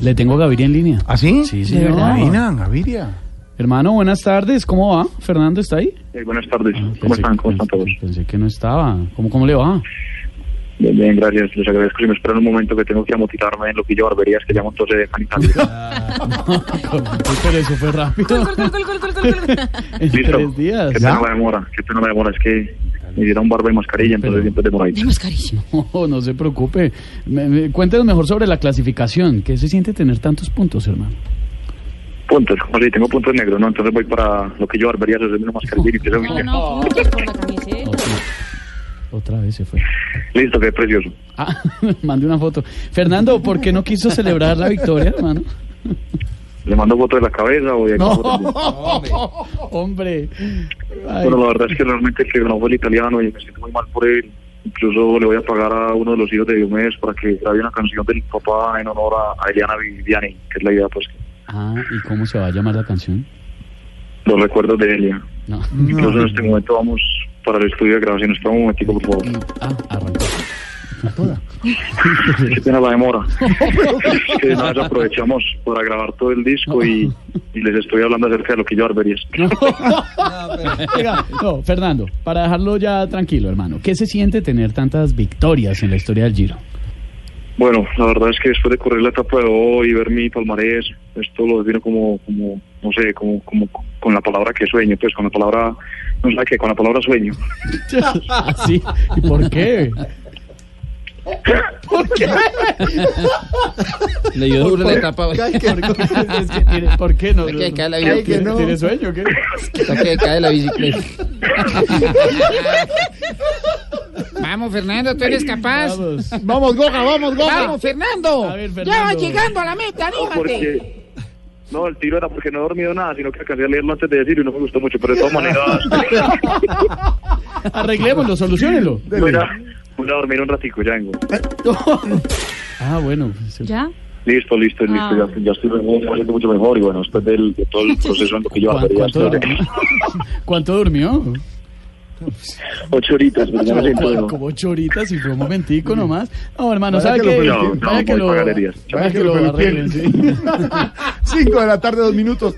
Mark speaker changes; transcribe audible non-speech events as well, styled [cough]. Speaker 1: Le tengo a Gaviria en línea.
Speaker 2: ¿Ah, sí?
Speaker 1: Sí,
Speaker 2: No,
Speaker 1: señor.
Speaker 2: Marina, Gaviria.
Speaker 1: Hermano, buenas tardes. ¿Cómo va? ¿Fernando está ahí?
Speaker 3: Eh, buenas tardes, ¿cómo
Speaker 1: Pensé-
Speaker 3: están? ¿Cómo están todos?
Speaker 1: pensé- Pensé que no estaba. ¿Cómo, cómo le
Speaker 3: [laughs]
Speaker 1: va?
Speaker 3: Bien, bien, gracias, les agradezco. Si me esperan un momento que tengo que amotilarme en lo que yo barberías que llamo entonces
Speaker 1: [laughs]
Speaker 3: de Canitales.
Speaker 1: Pero eso fue rápido.
Speaker 4: Col, col, col, col, col, col, [laughs] col.
Speaker 1: En
Speaker 3: Listo.
Speaker 1: tres días.
Speaker 3: Qué pena la demora, qué pena la demora. Es que me dieron barba y mascarilla, entonces siempre demora ahí.
Speaker 4: Dime, Oscarillo.
Speaker 1: [laughs] No, no se preocupe. Me- me- cuéntenos mejor sobre la clasificación. ¿Qué se siente tener tantos puntos, hermano?
Speaker 3: Puntos, como si tengo puntos negros, ¿no? Entonces voy para lo que yo barberías, desde una mascarilla y empiezo a
Speaker 5: Oh,
Speaker 4: No,
Speaker 3: vivir.
Speaker 4: no, puntos por la camiseta.
Speaker 1: Otra, otra vez se fue.
Speaker 3: Listo, qué precioso.
Speaker 1: Ah, [laughs] mandé una foto. Fernando, ¿por qué no quiso celebrar la victoria,
Speaker 3: [laughs]
Speaker 1: hermano?
Speaker 3: ¿Le mando foto de la cabeza o de aquí?
Speaker 1: No,
Speaker 3: foto de-
Speaker 1: [laughs] hombre. Ay,
Speaker 3: Bueno, la verdad es que realmente el que ganó fue el italiano y me siento muy mal por él. Incluso le voy a pagar a uno de los hijos de Diomedes para que grabe una canción del papá en honor a a Eliana Viviani, que es la idea, pues,
Speaker 1: Ah, ¿y cómo se va a llamar la canción?
Speaker 3: los recuerdos de Elia.
Speaker 1: No.
Speaker 3: Incluso en este momento vamos para el estudio de grabación. Espera un momentico, por favor.
Speaker 1: Ah, arrancó.
Speaker 3: Qué pena
Speaker 1: [laughs]
Speaker 3: la demora. es que nada, más aprovechamos para grabar todo el disco y, y les estoy hablando acerca de lo que yo barberías.
Speaker 1: No. Oiga, no, Fernando, para dejarlo ya tranquilo, hermano, ¿qué se siente tener tantas victorias en la historia del Giro? [laughs]
Speaker 3: Bueno, la verdad es que después de correr la etapa de hoy, ver mi palmarés, esto lo defino como, como no sé, como, como con la palabra que sueño, pues con la palabra, no sé qué, con la palabra sueño.
Speaker 1: ¿Así? ¿Y por qué?
Speaker 5: Le dio duro la etapa.
Speaker 2: Ay, que-
Speaker 1: Es que tiene- ¿Por qué no?
Speaker 5: Que cae la
Speaker 2: Ay, que
Speaker 5: bicicleta.
Speaker 2: no.
Speaker 1: ¿Tiene sueño? o ¿Qué?
Speaker 5: Que cae la bicicleta. Vamos, Fernando, tú eres capaz.
Speaker 1: Vamos.
Speaker 2: Vamos, Goja, vamos, Goja.
Speaker 5: Vamos, Fernando.
Speaker 1: A ver,
Speaker 5: Ah. Ya
Speaker 1: Fernando.
Speaker 5: vas llegando a la meta,
Speaker 4: Oh,
Speaker 5: anímate.
Speaker 3: Porque, no, el tiro era porque no he dormido nada, sino que alcancé a leerlo antes de decirlo y no me gustó mucho, pero de todas maneras,
Speaker 1: Arreglémoslo, solucionélo.
Speaker 3: voy a, ir a- voy a dormir un ratico, ya vengo.
Speaker 1: Eh. Ah, bueno. se-
Speaker 4: ¿Ya?
Speaker 3: Listo, listo, listo,
Speaker 4: Ah.
Speaker 3: ya, ya estoy mejor, me siento mucho mejor y bueno, después del, de todo el proceso en lo que yo
Speaker 1: ¿Cuán-
Speaker 3: barberías,
Speaker 1: cuánto,
Speaker 3: estoy-
Speaker 1: [laughs] cuánto durmió? [laughs]
Speaker 3: ocho horitas, pero ya me siento mejor.
Speaker 1: Como ocho horitas y fue un momentico nomás. No, hermano,
Speaker 2: Vaya
Speaker 1: ¿sabe
Speaker 2: que lo
Speaker 1: qué?
Speaker 3: felicito. No, no,
Speaker 1: Vaya que
Speaker 3: voy
Speaker 1: lo
Speaker 3: para galerías.
Speaker 1: vaya que lo arreglen, sí.
Speaker 2: Cinco de la tarde, dos minutos.